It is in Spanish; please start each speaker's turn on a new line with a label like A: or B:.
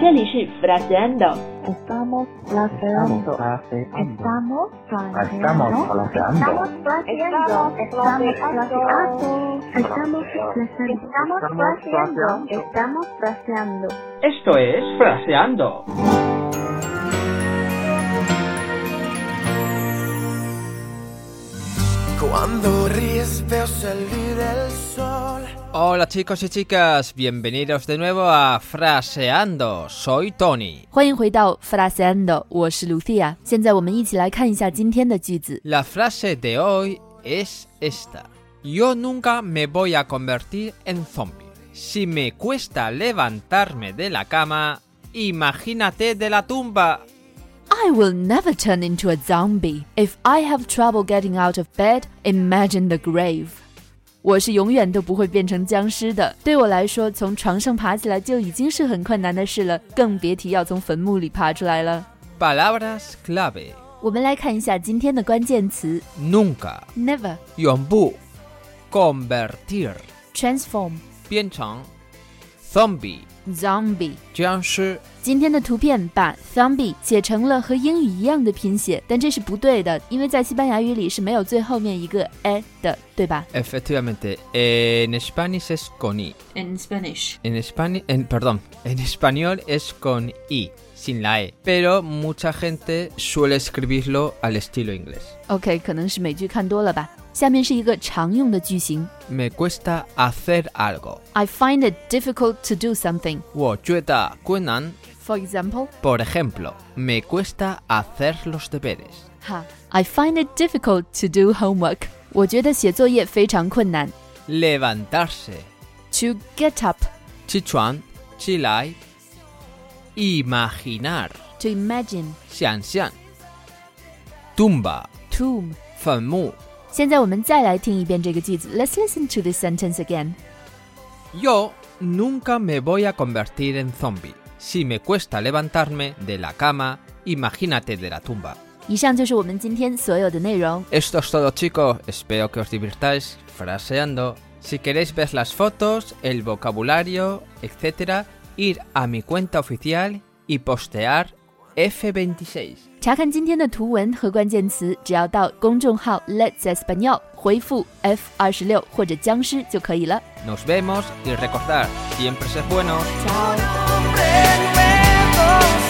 A: 这里是 fraseando，
B: Estamos 哎
C: Estamos
B: placeando. 哎
C: fraseando.
B: Estamos placeando.
C: Estamos
B: placeando. Estamos
C: fraseando.
B: placeando. Estamos
C: placeando.
B: Estamos placeando.
D: Esto es Fraseando.
E: Cuando ríes veo salir el sol.
F: Hola chicos y chicas, bienvenidos de nuevo a Fraseando. Soy Tony.
G: 欢迎回到 Fraseando，我是 Lucia。现在我们一起来看一下今天的句子。
F: La frase de hoy es esta. Yo nunca me voy a convertir en zombie. Si me cuesta levantarme de la cama, imagínate de la tumba.
G: I will never turn into a zombie. If I have trouble getting out of bed, imagine the grave. 我是永远都不会变成僵尸的。对我来说，从床上爬起来就已经是很困难的事了，更别提要从坟墓里爬出来了。
F: Palabras clave.
G: 我们来看一下今天的关键词
F: Nunca.
G: never,
F: Yombu. Convertir.
G: transform,
F: 变成 zombie.
G: zombie。
F: 僵尸
G: 今天的图片把 zombie 写成了和英语一样的拼写，但这是不对的，因为在西班牙语里是没有最后面一个 a 的，对吧
F: Efectivamente, en Spanish es con i.
G: ？In Spanish,
F: En España, en, perdón, en español es con i, sin la e. Pero mucha gente suele escribirlo al estilo inglés.
G: OK，可能是美剧看多了吧。下面是一个常用的句型
F: Me cuesta hacer algo.
G: ：I find it difficult to do something.
F: 我觉得困难.
G: For example，
F: Por ejemplo, me cuesta hacer los deberes.
G: 哈，I find it difficult to do homework. 我觉得写作业非常困难。
F: Levantarse.
G: To get up,
F: Chichuan, chilai. Imaginar.
G: to imagine,
F: Xianxian. Tumba.
G: tomb.
F: 坟墓.
G: 现在我们再来听一遍这个句子。Let's listen to this sentence again.
F: Yo nunca me voy a convertir en zombie. Si me cuesta levantarme de la cama, imagínate de la tumba.
G: 以上就是我们今天所有的内容。
F: Esto es todo chicos, espero que os divirtáis fraseando. Si queréis ver las fotos, el vocabulario, etc., ir a mi cuenta oficial y postear F26.
G: 查看今天的图文和关键词，只要到公众号 Let's Espanol 回复 F 二十六或者僵尸就可以了。
F: Nos vemos y recordar, siempre ser buenos.
E: De nuevo